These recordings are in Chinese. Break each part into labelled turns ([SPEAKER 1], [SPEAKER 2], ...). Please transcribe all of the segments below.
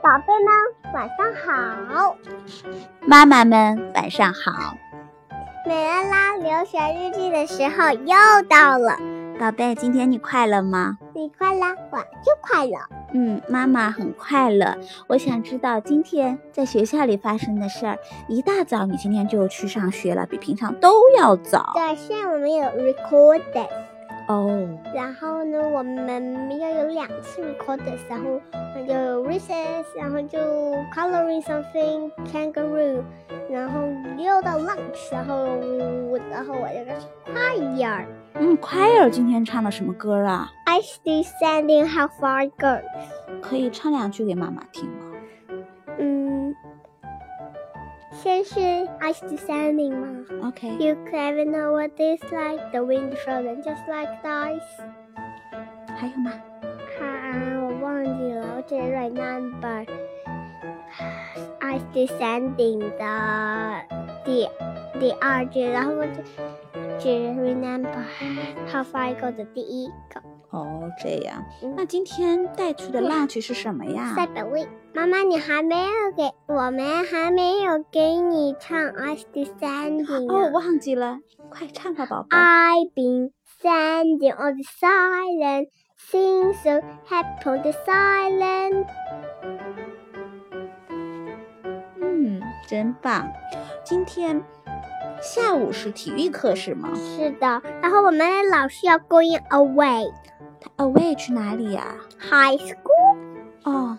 [SPEAKER 1] 宝贝们，晚上好！
[SPEAKER 2] 妈妈们晚上好，
[SPEAKER 1] 美拉拉留学日记的时候又到了，
[SPEAKER 2] 宝贝，今天你快乐吗？
[SPEAKER 1] 你快乐，我就快乐。
[SPEAKER 2] 嗯，妈妈很快乐。我想知道今天在学校里发生的事儿。一大早你今天就去上学了，比平常都要早。
[SPEAKER 1] 对，虽然我们有 recorded，
[SPEAKER 2] 哦，
[SPEAKER 1] 然后呢，我们又有两次 recorded，然后就 recess，然后就 coloring something kangaroo，然后又到 lunch，然后我然后我就哎开始快点儿。
[SPEAKER 2] 嗯，Choir 今天唱的什么歌啊？
[SPEAKER 1] I still standing how far girl，
[SPEAKER 2] 可以唱两句给妈妈听吗？
[SPEAKER 1] 嗯，先是 I still standing 嘛。
[SPEAKER 2] OK，
[SPEAKER 1] You could ever know what this like? The wind frozen just like dice.
[SPEAKER 2] 还有吗？
[SPEAKER 1] 啊，我忘记了，我只能 remember I still standing 的第第二句，然后我就只 remember how far I go 的第一个。
[SPEAKER 2] 哦，这样。那今天带去的 lunch 是什么呀？
[SPEAKER 1] 赛百味，妈妈，你还没有给我们还没有给你唱 I still standing 呢
[SPEAKER 2] 哦，忘记了，快唱吧，宝贝。
[SPEAKER 1] I've been standing on the silent, sing so happy on the silent。
[SPEAKER 2] 嗯，真棒。今天下午是体育课是吗
[SPEAKER 1] 是的，然后我们的老师要 going away
[SPEAKER 2] ？Away 哦去哪里呀、
[SPEAKER 1] high school。
[SPEAKER 2] 哦，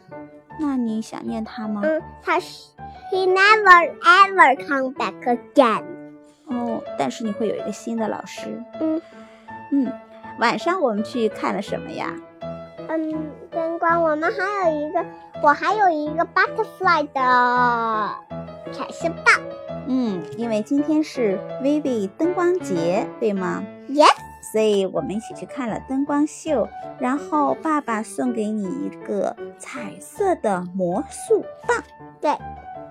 [SPEAKER 2] 那你想念他吗？
[SPEAKER 1] 嗯，他是 he never ever come back again。
[SPEAKER 2] 哦，但是你会有一个新的老师。
[SPEAKER 1] 嗯
[SPEAKER 2] 嗯，晚上我们去看了什么呀？
[SPEAKER 1] 嗯，灯光，我们还有一个，我还有一个 butterfly 的彩色棒。
[SPEAKER 2] 嗯，因为今天是 Vivi 灯光节，对吗？
[SPEAKER 1] Yes，
[SPEAKER 2] 所以我们一起去看了灯光秀，然后爸爸送给你一个彩色的魔术棒，
[SPEAKER 1] 对，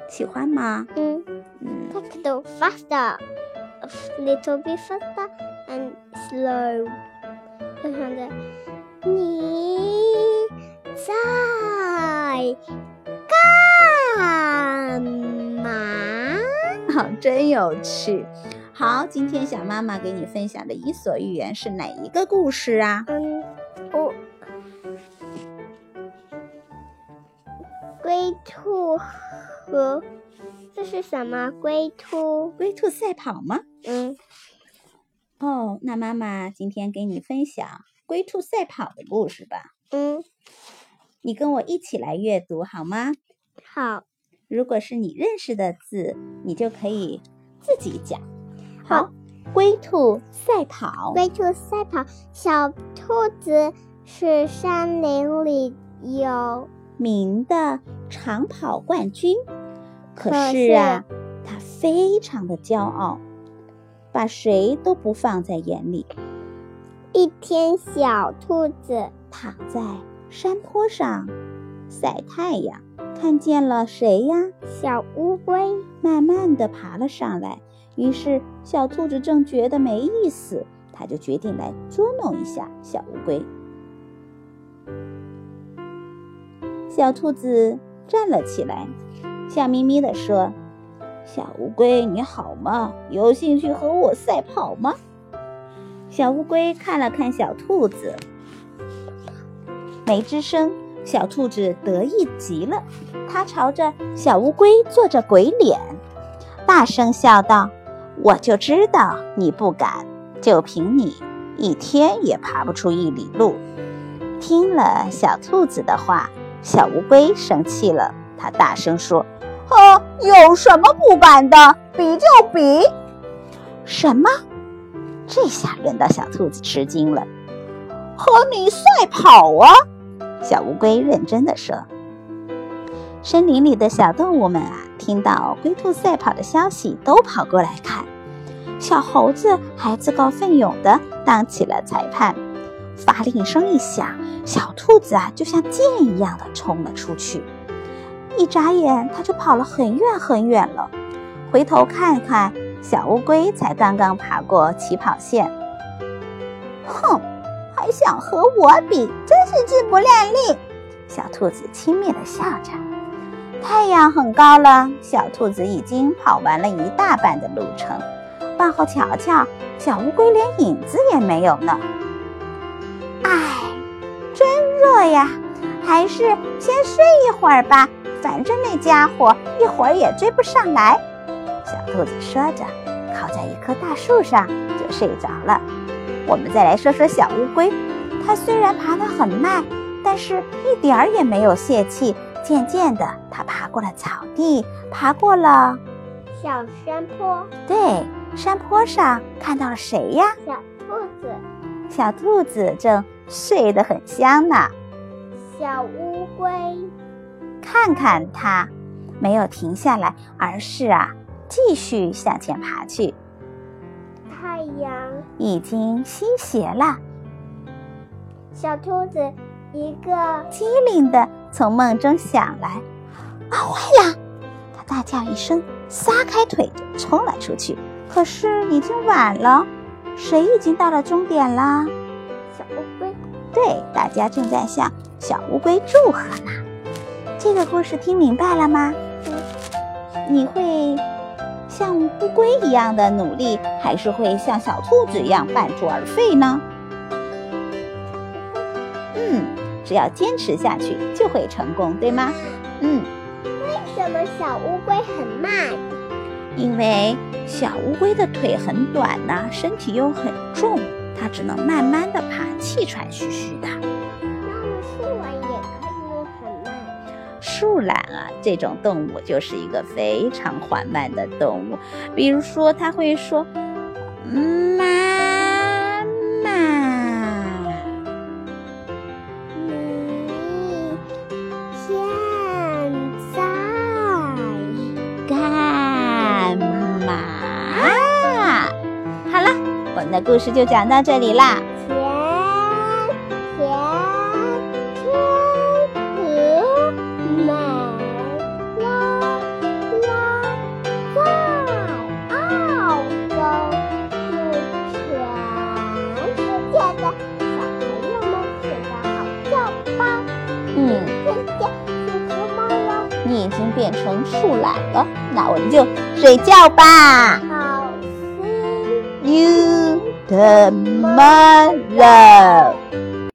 [SPEAKER 2] 喜欢吗？
[SPEAKER 1] 嗯。
[SPEAKER 2] 嗯，
[SPEAKER 1] Take the faster, a little bit faster and slow. 我想着你在干嘛？
[SPEAKER 2] 好， 真有趣。好，今天小妈妈给你分享的《伊索寓言》是哪一个故事啊？
[SPEAKER 1] 嗯，我龟兔和这是什么？龟兔？
[SPEAKER 2] 龟兔赛跑吗？
[SPEAKER 1] 嗯，
[SPEAKER 2] 哦，那妈妈今天给你分享龟兔赛跑的故事吧。
[SPEAKER 1] 嗯，
[SPEAKER 2] 你跟我一起来阅读好吗？
[SPEAKER 1] 好。
[SPEAKER 2] 如果是你认识的字，你就可以自己讲。好，龟兔赛跑。
[SPEAKER 1] 龟兔赛跑，小兔子是山林里有
[SPEAKER 2] 名的长跑冠军。可
[SPEAKER 1] 可
[SPEAKER 2] 是啊，他非常的骄傲，把谁都不放在眼里。
[SPEAKER 1] 一天，小兔子
[SPEAKER 2] 躺在山坡上晒太阳，看见了谁呀？
[SPEAKER 1] 小乌龟
[SPEAKER 2] 慢慢的爬了上来。于是小兔子正觉得没意思，它就决定来捉弄一下小乌龟。小兔子站了起来，笑眯眯地说：“小乌龟，你好吗？有兴趣和我赛跑吗？”小乌龟看了看小兔子，没吱声。小兔子得意极了，它朝着小乌龟做着鬼脸，大声笑道：“我就知道你不敢，就凭你一天也爬不出一里路。”听了小兔子的话，小乌龟生气了，它大声说：“呵，有什么不敢的？比就比！”什么？这下轮到小兔子吃惊了。和你赛跑啊！小乌龟认真地说：“森林里的小动物们啊，听到龟兔赛跑的消息，都跑过来看。小猴子还自告奋勇地当起了裁判。法令声一响，小兔子啊，就像箭一样的冲了出去。一眨眼，它就跑了很远很远了。回头看看，小乌龟才刚刚爬过起跑线。哼，还想和我比，真是自不量力！小兔子轻蔑地笑着。太阳很高了，小兔子已经跑完了一大半的路程。抱后瞧瞧，小乌龟连影子也没有呢。唉，真热呀！还是先睡一会儿吧，反正那家伙一会儿也追不上来。小兔子说着，靠在一棵大树上就睡着了。我们再来说说小乌龟，它虽然爬得很慢，但是一点儿也没有泄气。渐渐的，它爬过了草地，爬过了
[SPEAKER 1] 小山坡，
[SPEAKER 2] 对山坡上，看到了谁呀？
[SPEAKER 1] 小兔子，
[SPEAKER 2] 小兔子正睡得很香呢。
[SPEAKER 1] 小乌龟，
[SPEAKER 2] 看看它，没有停下来，而是啊，继续向前爬去。
[SPEAKER 1] 太阳，
[SPEAKER 2] 已经西斜了，
[SPEAKER 1] 小兔子一个
[SPEAKER 2] 机灵的从梦中醒来。啊，坏了！它大叫一声，撒开腿就冲了出去。可是已经晚了，谁已经到了终点啦？
[SPEAKER 1] 小乌龟，
[SPEAKER 2] 对，大家正在向小乌龟祝贺呢。这个故事听明白了吗？你会像乌龟一样的努力，还是会像小兔子一样半途而废呢？嗯，只要坚持下去就会成功，对吗？嗯，
[SPEAKER 1] 为什么小乌龟很慢？
[SPEAKER 2] 因为小乌龟的腿很短呐、身体又很重，它只能慢慢的爬，气喘吁吁的。
[SPEAKER 1] 那么树懒也可以用很慢。
[SPEAKER 2] 树懒啊，这种动物就是一个非常缓慢的动物。比如说，它会说“妈妈
[SPEAKER 1] 你现在
[SPEAKER 2] 干嘛”。好了，我们的故事就讲到这里啦。
[SPEAKER 1] 甜甜天鹅美啦啦，在澳洲是全世界的小朋友们睡得好觉吧？
[SPEAKER 2] 嗯，
[SPEAKER 1] 谢谢，是熊猫哟。
[SPEAKER 2] 你已经变成树懒了，那我们就睡觉吧。
[SPEAKER 1] 好心
[SPEAKER 2] You tomorrow.